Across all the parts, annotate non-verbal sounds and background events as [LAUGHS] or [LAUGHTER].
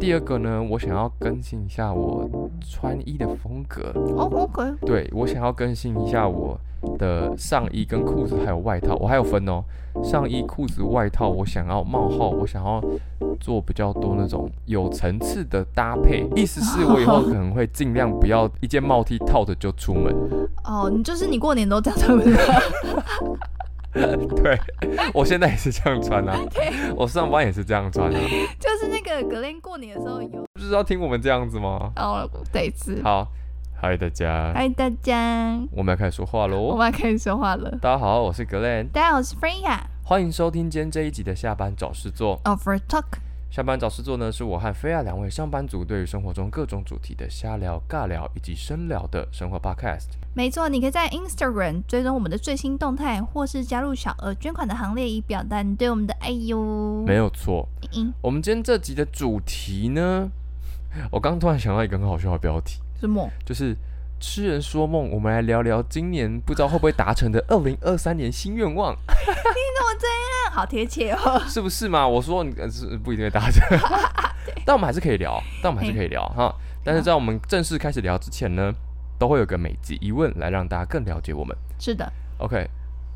第二个呢，我想要更新一下我穿衣的风格， [LAUGHS] 哦，OK，对我想要更新一下我的上衣跟裤子还有外套，我还有分哦，上衣、裤子、外套，我想要冒号，我想要做比较多那种有层次的搭配，意思是我以后可能会尽量不要一件帽 T 套着就出门， [LAUGHS] 哦，你就是你过年都这样，对不 [LAUGHS] 对？对我现在也是这样穿啊，我上班也是这样穿啊，就是那个格林过年的时候有，不是要听我们这样子吗？哦，对，是。好，哦嗨大家，嗨，大家，我们要开始说话我喽。们要开始说话了。大家好，我是 Glen，大家好，我是 Freya 欢迎收听今天这一集的下班找事做。 of r Talk。下班找事做呢，是我和菲亚两位上班族对于生活中各种主题的瞎聊、尬聊以及深聊的生活 podcast。没错，你可以在 Instagram 追踪我们的最新动态，或是加入小额捐款的行列，以表达你对我们的爱哟。没有错，嗯，我们今天这集的主题呢，我刚突然想到一个很好笑的标题，什么？就是“痴人说梦”。我们来聊聊今年不知道会不会达成的二零二三年新愿望，啊好贴切哦。 [LAUGHS] [LAUGHS] 是不是嘛？我说你呃是不一定会达成， [LAUGHS] 但我们还是可以聊，但我们还是可以聊哈。但是在我们正式开始聊之前呢，都会有个每集疑问来让大家更了解我们。是的。 OK，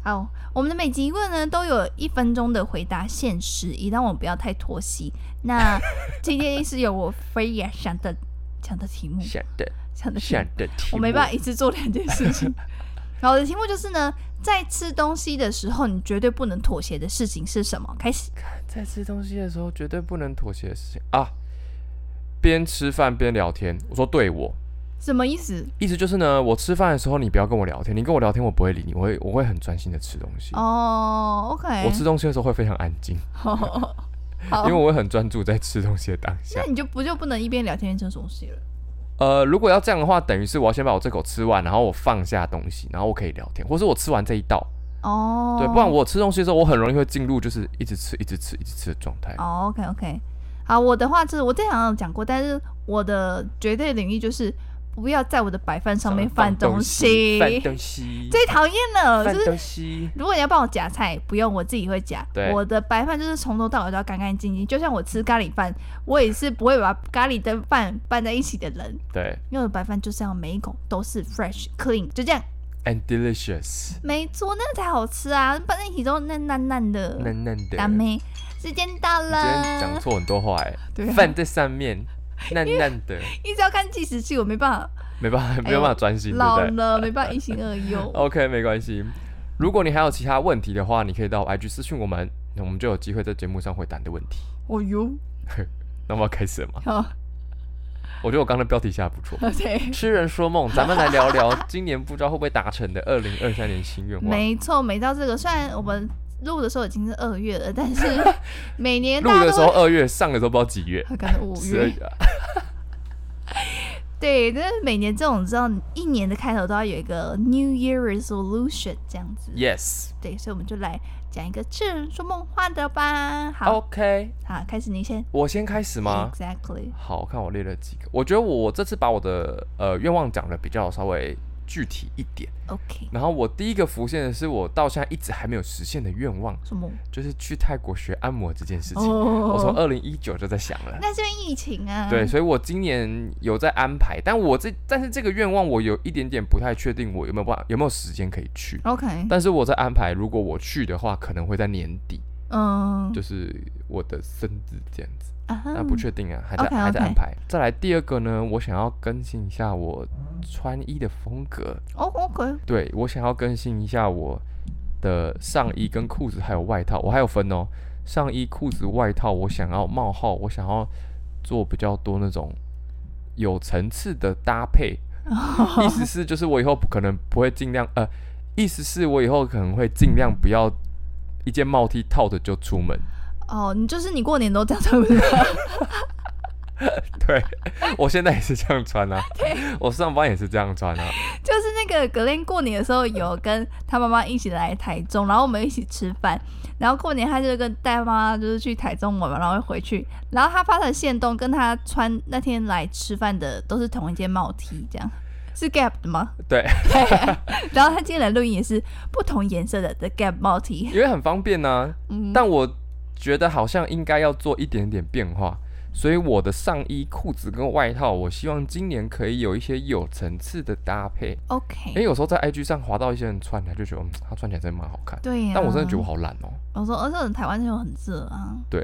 好，我们的每集疑问呢都有一分钟的回答限时，以让我们不要太脱戏。 [LAUGHS] 那今天是由我飞呀想的想的题目，想的。想的题目想的题目，嗯我没办法一次做两件 [LAUGHS] 事情。好我的题目就是呢，在吃东西的时候，你绝对不能妥协的事情是什么？开始。在吃东西的时候绝对不能妥协的事情啊！边吃饭边聊天，我说对我什么意思？意思就是呢，我吃饭的时候你不要跟我聊天，你跟我聊天我不会理你，我会我会很专心的吃东西。哦，OK、o k 我吃东西的时候会非常安静，好，哦因为我会很专注在吃东西的当下那。你就不就不能一边聊天一边吃东西了？呃，如果要这样的话，等于是我要先把我这口吃完，然后我放下东西，然后我可以聊天，或是我吃完这一道，哦、对，不然我吃东西的时候，我很容易会进入就是一直吃、一直吃、一直吃的状态。哦，OK，OK、o k OK，好，我的话就是我之前好像有讲过，但是我的绝对领域就是不要在我的白饭上面放东西，放东西，最讨厌了，放就是东西。如果你要帮我夹菜，不用我自己会夹对。我的白饭就是从头到尾都要干干净净，就像我吃咖喱饭，我也是不会把咖喱跟饭拌在一起的人，对因为我的白饭就是要每一口都是 fresh clean，就这样， ，and delicious，没错，那才好吃啊，拌在一起都嫩烂烂的。嫩嫩的。大妹，时间到你今天讲了，错很多话哎、对啊饭在上面，嫩嫩的，一直要看计时器，我没办法。没办 [LAUGHS] 法，没有办法专心，老对不对哦了 [LAUGHS] 没办法一心 [LAUGHS] 二用。 ？OK，没关系。如果你还有其他问题的话，你可以到 IG 私讯我们，那我们就有机会在节目上回答你的问题。哦哟， [LAUGHS] 那我们要开始了吗？好，，我觉得我刚刚的标题下的不错对，痴人说梦，咱们来聊聊今年不知道会不会达成的二零二三年新愿望。没错，每到这个，虽然我们录的时候已经是二月了， [LAUGHS] 但是每年录大的家时都候会二月，上的时候不知道几月， [LAUGHS] 可能五十二月，月啊。对，但是每年这种你知道，一年的开头都要有一个 New Year Resolution 这样子。 Yes，OK，、对，所以我们就来讲一个痴人说梦话的吧。好， OK，好，开始你先。我先开始吗？ Exactly。好，我看我列了几个，我觉得我这次把我的呃愿望讲的比较稍微具体一点。 OK。然后我第一个浮现的是我到现在一直还没有实现的愿望，什么？就是去泰国学按摩这件事情。我从哦，二零一九就在想了。那是因为疫情啊。对，所以我今年有在安排，但我这但是这个愿望我有一点点不太确定，我有没有办法有没有时间可以去。 ，OK。但是我在安排，如果我去的话，可能会在年底，嗯，就是我的生日这样子。啊哈那不确定啊，还在 OK，还在 OK 安排。再来第二个呢，我想要更新一下我穿衣的风格，哦，OK。对我想要更新一下我的上衣跟裤子还有外套，我还有分哦，上衣、裤子、外套，我想要冒号，我想要做比较多那种有层次的搭配，意思是就是我以后不可能不会尽量呃，意思是我以后可能会尽量不要一件帽 T 套着就出门。 [LAUGHS] 哦，你就是你过年都这样，对不 [LAUGHS] 对？对，我现在也是这样穿啊，我上班也是这样穿啊。就是那个格林过年的时候有跟他妈妈一起来台中，然后我们一起吃饭，然后过年他就跟带妈妈就是去台中玩嘛，然后回去，然后他发的线动跟他穿那天来吃饭的都是同一件帽 T，这 [LAUGHS] 样是 Gap 的吗？对，然后他今天来录音也是不同颜色的的 Gap 帽 T，因为很方便呐、啊嗯，但我觉得好像应该要做一点点变化，所以我的上衣、裤子跟外套，我希望今年可以有一些有层次的搭配。 OK，、诶，有时候在 IG 上滑到一些人穿起来，就觉得嗯，他穿起来真的蛮好看。对呀、啊但我真的觉得我好懒哦、我说，而且台湾就很热啊，对，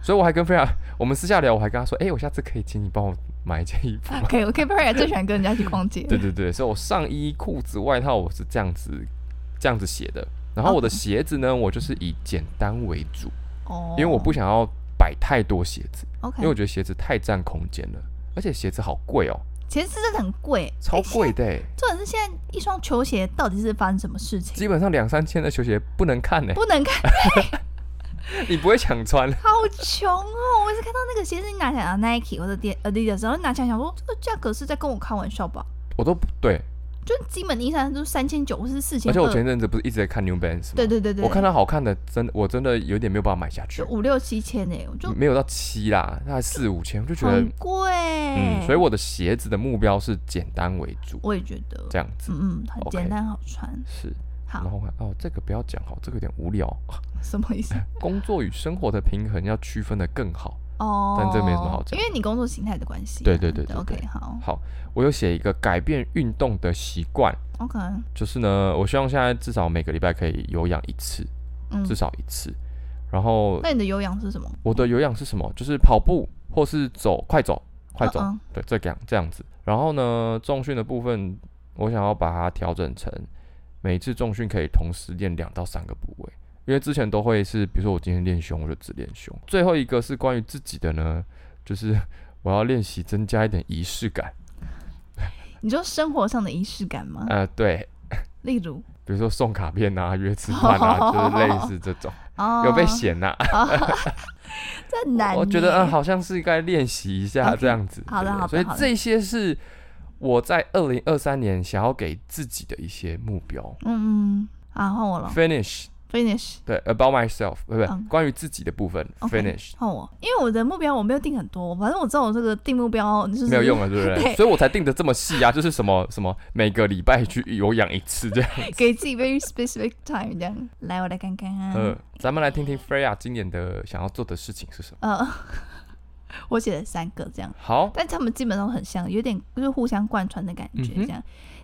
所以我还跟菲亚， [LAUGHS] 我们私下聊，我还跟他说，诶，我下次可以请你帮我买一件衣服吗？。可以，我可以 Perry 最喜欢跟人家去逛街对对对，所以我上衣、裤子、外套我是这样子这样子写的。然后我的鞋子呢，我就是以简单为主，哦，因为我不想要摆太多鞋子， OK，因为我觉得鞋子太占空间了，而且鞋子好贵哦，其实真的很贵，超贵的欸，重点是现在一双球鞋到底是发生什么事情？基本上两三千的球鞋不能看呢，不能看，你不会想穿。 [LAUGHS] 好穷哦！我 [LAUGHS] 一直看到那个鞋子，你拿起来啊 Nike 或者 D- Adidas，然后拿起来想说，这个价格是在跟我开玩笑吧？我都不对，就基本意义上就是三千九或是四千，而且我前阵子不是一直在看 New Balance 吗？对对对对，我看到好看的，真的我真的有点没有办法买下去就，五六七千呢，我就没有到七啦，大概四五千，我就觉得很，贵。欸嗯，所以我的鞋子的目标是简单为主，我也觉得，这样子嗯嗯，很 OK 简单好穿。 [LAUGHS] 是。然嗯好，后我看哦，这个不要讲好，这个有点无聊。哦什么 [LAUGHS] 意思？工作与生活的平衡要区分的更好。哦，但这没什么好讲因为你工作形态的关系啊。对对对对 o 对 k 好好，我有写一个改变运动的习惯， ，OK，就是呢，我希望现在至少每个礼拜可以有氧一次，嗯至，少一次。然后那你的有氧是什么？我的有氧是什么？就是跑步或是走，快走，快走，嗯对，这样这样子。然后呢，重训的部分，我想要把它调整成每次重训可以同时练两到三个部位，因为之前都会是，比如说我今天练胸，我就只练胸。最后一个是关于自己的呢，就是我要练习增加一点仪式感。你说生活上的仪式感吗？呃，对，例如，比如说送卡片啊、约吃饭啊，就是类似这种， [LAUGHS] 哦， [LAUGHS] 有被嫌呐、这很难， [LAUGHS] 我觉得嗯，，好像是该练习一下 OK，这样子。好的对好的所以好的这些是我在二零二三年想要给自己的一些目标。嗯嗯，啊，换我了 [LAUGHS] Finish， ，finish。对，about myself，不不嗯，关于自己的部分 OK， ，finish 换我，因为我的目标我没有定很多，反正我知道我这个定目标就是没有用，了，对不对？对所以我才定的这么细啊，就是什么什么每个礼拜去有氧一次这样。 [LAUGHS] 给自己 very specific time 这样。来，我来看看啊，嗯，咱们来听听 Freya 今年的想要做的事情是什么。呃， [LAUGHS] 我写了三个这样，好，但他们基本上很像，有点就是互相贯穿的感觉嗯哼这样。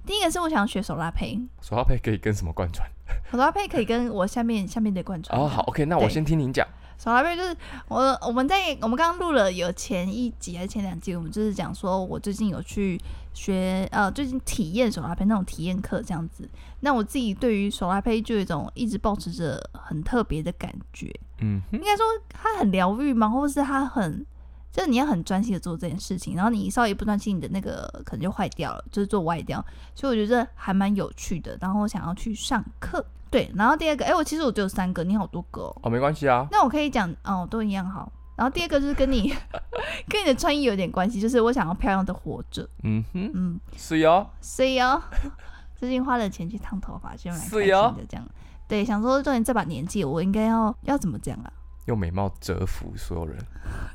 第一个是我想学手拉胚，手套配可以跟什么贯穿？手拉胚可以跟我下面下面的贯穿哦，的好，OK，那我对先听您讲。手拉杯就是我我们在我们刚刚录了有前一集还是前两集，我们就是讲说我最近有去学呃最近体验手拉杯那种体验课这样子。那我自己对于手拉杯就有一种一直保持着很特别的感觉，嗯哼应该说它很疗愈嘛，或是它很。就是你要很专心的做这件事情，然后你稍微不专心，你的那个可能就坏掉了，就是做歪掉。所以我觉得还蛮有趣的，然后我想要去上课。对，然后第二个，哎、我其实我只有三个，你好多个哦。哦，没关系啊。那我可以讲哦，都一样好。然后第二个就是跟你 [LAUGHS] 跟你的穿衣有点关系，就是我想要漂亮的活着，嗯哼，嗯，是哟。所以哦， [LAUGHS] 最近花了钱去烫头发，就蛮开是心哟的这样。对，想说，重点这把年纪，我应该要要怎么讲啊？用美貌折服所有人，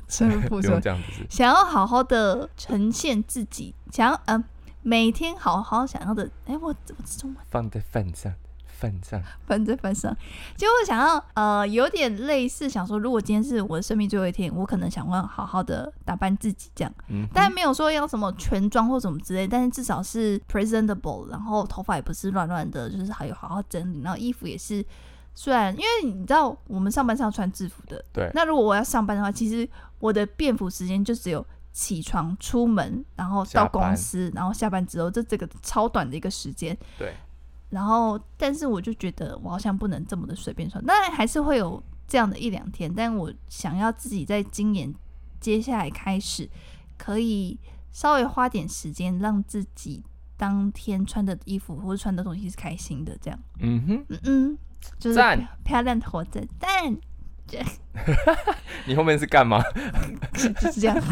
真 [LAUGHS] 不不说用，这样子是。想要好好的呈现自己，想要嗯、每天好好想要的，哎，我我这中文放在饭上，饭上。翻在翻上，就我想要呃，有点类似想说，如果今天是我的生命最后一天，我可能想要好好的打扮自己这样。嗯，但没有说要什么全妆或什么之类，但是至少是 presentable，然后头发也不是乱乱的，就是还有好好整理，然后衣服也是，虽然因为你知道我们上班是要穿制服的，对那如果我要上班的话，其实我的便服时间就只有起床、出门，然后下到班公司，然后下班之后，这这个超短的一个时间。对。然后，但是我就觉得我好像不能这么的随便穿，当然还是会有这样的一两天，但我想要自己在今年接下来开始，可以稍微花点时间让自己当天穿的衣服或者穿的东西是开心的，这样，嗯哼，嗯嗯，就是赞漂漂亮的活着，但你后面是干嘛？ [LAUGHS] 就是这样。 [LAUGHS]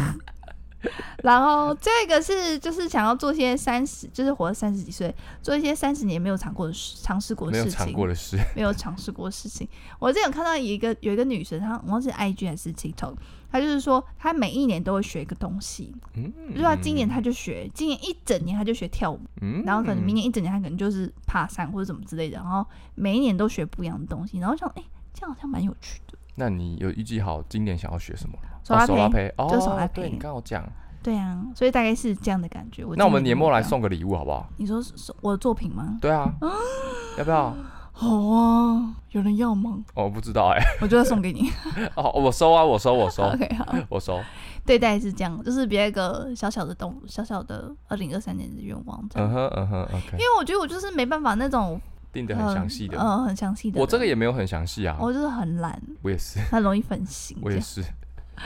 然后这个是就是想要做些三十，就是活到三十几岁，做一些三十年没有尝过的事、尝试过没的有事尝情，过的事。没有尝试过的事情。我之前有看到一个有一个女生，她我忘记是 IG 还是 TikTok，她就是说她每一年都会学一个东西，嗯，就是她今年她就学，今年一整年她就学跳舞，嗯，然后可能明年一整年她可能就是爬山或者什么之类的，然后每一年都学不一样的东西，然后我想哎、这样好像蛮有趣的。那你有预计好今年想要学什么了吗？手拉哦手拉胚，胚哦，就手拉对胚你刚好讲，对啊，所以大概是这样的感觉。我那我今们年末来目标，送个礼物好不好？你说是我的作品吗？对啊，要不要？好啊，有人要吗？哦，我不知道哎、 [LAUGHS] [LAUGHS] 我就要送给你。 [LAUGHS] 哦，我收啊，我收，我收， OK，好，我收。对，大概是这样，就是别一个小小的动，小小的二零二三年的愿望这样。嗯哼，嗯哼，OK，因为我觉得我就是没办法那种定的很详细的。嗯，哦很详细的。我这个也没有很详细啊，我就是很懒，我也是，很容易分心。我这也样是，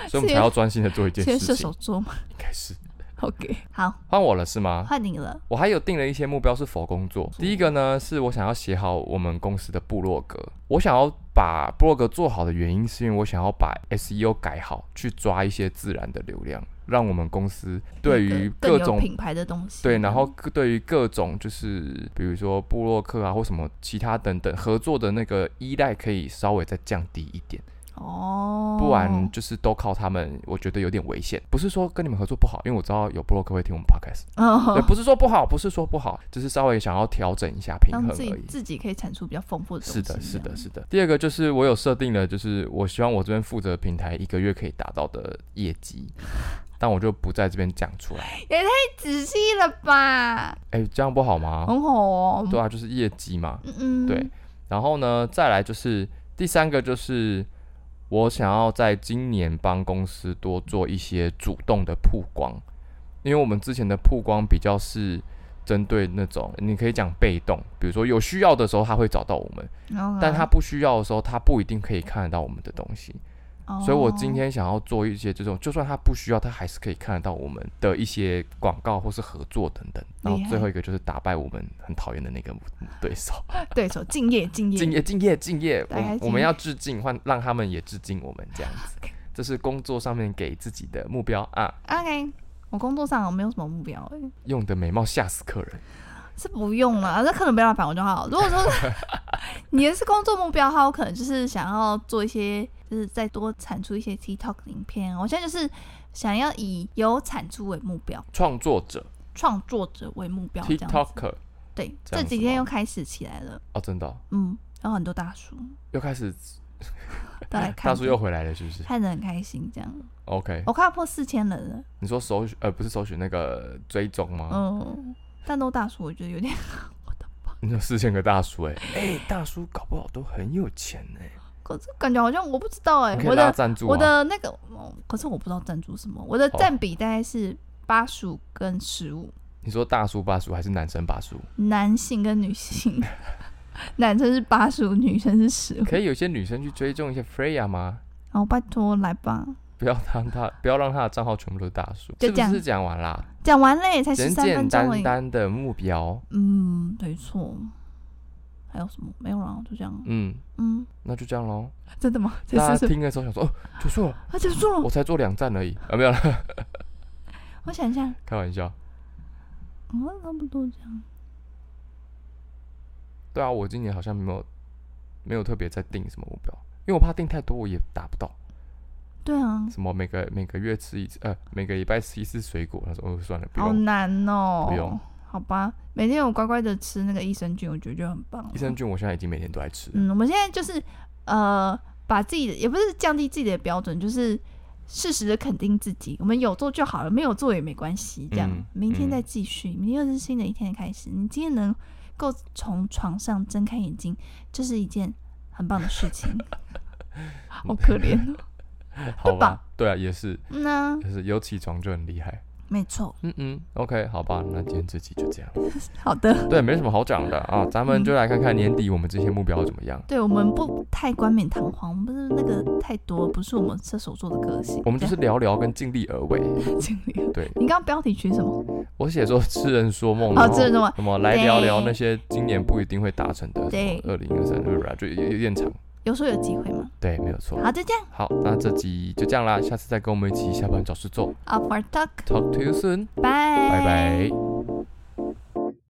所以我们是因为才要专心的做一件现在事射情手。座嘛 [LAUGHS] 应该是，OK，好，换我了是吗？换你了。我还有定了一些目标是否工作。第一个呢，是我想要写好我们公司的部落格。我想要把部落格做好的原因，是因为我想要把 SEO 改好，去抓一些自然的流量，让我们公司对于更各有种品牌的东西，对，然后各对于各种就是比如说布洛克啊或什么其他等等合作的那个依赖可以稍微再降低一点，哦，不然就是都靠他们，我觉得有点危险。不是说跟你们合作不好，因为我知道有布洛克会听我们 podcast，、对，哦，不是说不好，不是说不好，只是稍微想要调整一下平让衡自己而已。自己可以产出比较丰富的东西是的，是这的，样是的。第二个就是我有设定了，就是我希望我这边负责平台一个月可以达到的业绩，但我就不在这边讲出来。哦太仔细了吧，哎、这样不好吗？很好哦，对啊，就是业绩嘛。嗯嗯，对，然后呢，再来就是第三个就是我想要在今年帮公司多做一些主动的曝光，因为我们之前的曝光比较是针对那种你可以讲被动，比如说有需要的时候他会找到我们，然后但他不需要的时候他不一定可以看得到我们的东西，哦，所以我今天想要做一些这种，就算他不需要，他还是可以看得到我们的一些广告或是合作等等。然后厉害最后一个就是打败我们很讨厌的那个对手。对手敬业敬业敬业，敬业，敬业，大概我敬我们业要致敬，换让他们也致敬我们这样子。 [LAUGHS] 这是工作上面给自己的目标啊， ，OK。我工作上没有什么目标、欸，用的美貌吓死客人。是不用了，那可能没办法，我就好。如果 [LAUGHS] 说你的是工作目标的话，我可能就是想要做一些，就是再多产出一些 TikTok 的影片。啊我现在就是想要以有产出为目标，创作者创作者为目标这样子。 ，TikToker，对，这样这子几天吗又开始起来了，哦，真的哦、嗯，有很多大叔又开始，都来看 [LAUGHS] 着，大哦叔又回来了，是不是看着很开心这样。 ？OK，我快要破四千人了，你说搜寻，呃，不是搜寻那个追踪吗？嗯，但都大叔我觉得有点你有四千个大 [LAUGHS] 叔、哎，哎、大叔搞不好都很有钱呢、可是感觉好像我不知道哎、你可我以拉的赞助啊。我的那个、哦，可是我不知道赞助什么，我的占比大概是八十五跟十五，你说大叔八叔还是男生八叔？男性跟女性， [LAUGHS] 男生是八十五，女生是十五。可以有些女生去追踪一些 Freya 吗？好，拜托来吧，不要让他不要让他的账号全部都是大叔，就是这不样是讲完啦？讲完嘞，才十简三简分钟而单已。单的目标，嗯，没错。还有什么？没有了，就这样。嗯，嗯，那就这样喽。真的吗？这大是家什么？听的时候想说，哦，结束了，啊，结束我了。才做两站而已，啊，没有了，我想一下，开玩笑。嗯，差不多这样。对啊，我今年好像没有没有特别在定什么目标，因为我怕定太多我也达不到。对啊，什么每个每个月吃一次，呃，每个礼拜吃一次水果，他说哦算了，不好用。难哦。不用好吧，每天我乖乖的吃那个益生菌，我觉得就很棒了。益生菌我现在已经每天都在吃了，嗯，我们现在就是呃，把自己的也不是降低自己的标准，就是适时的肯定自己，我们有做就好了，没有做也没关系。这样，嗯明天再嗯继续，明天又是新的一天的开始。你今天能够从床上睁开眼睛，这是一件很棒的 [LAUGHS] 事情。好可怜哦。好对吧吧？对啊，也是，嗯呐、 [LAUGHS] 也是有起床就很厉害。没错。嗯嗯，OK，好吧，哦那今天这集就这样。好 [LAUGHS] 的，对，没什么好讲的啊，咱们就来看看年底我们这些目标怎么样。对我们不太冠冕堂皇，我们不是那个太多，不是我们射手座的个性。我们就是聊聊跟尽力而为。这样经历。对你刚刚标题取什么？我写说痴人说梦，好，然后哦这是什么？什么来聊聊对那些今年不一定会达成的，对二零二三二就有有点长。有说有机会吗？对，没有错。好，再见好，那这集就这样啦，下次再跟我们一起下班找事做。 ，Up for talk， Talk to you soon，拜拜拜。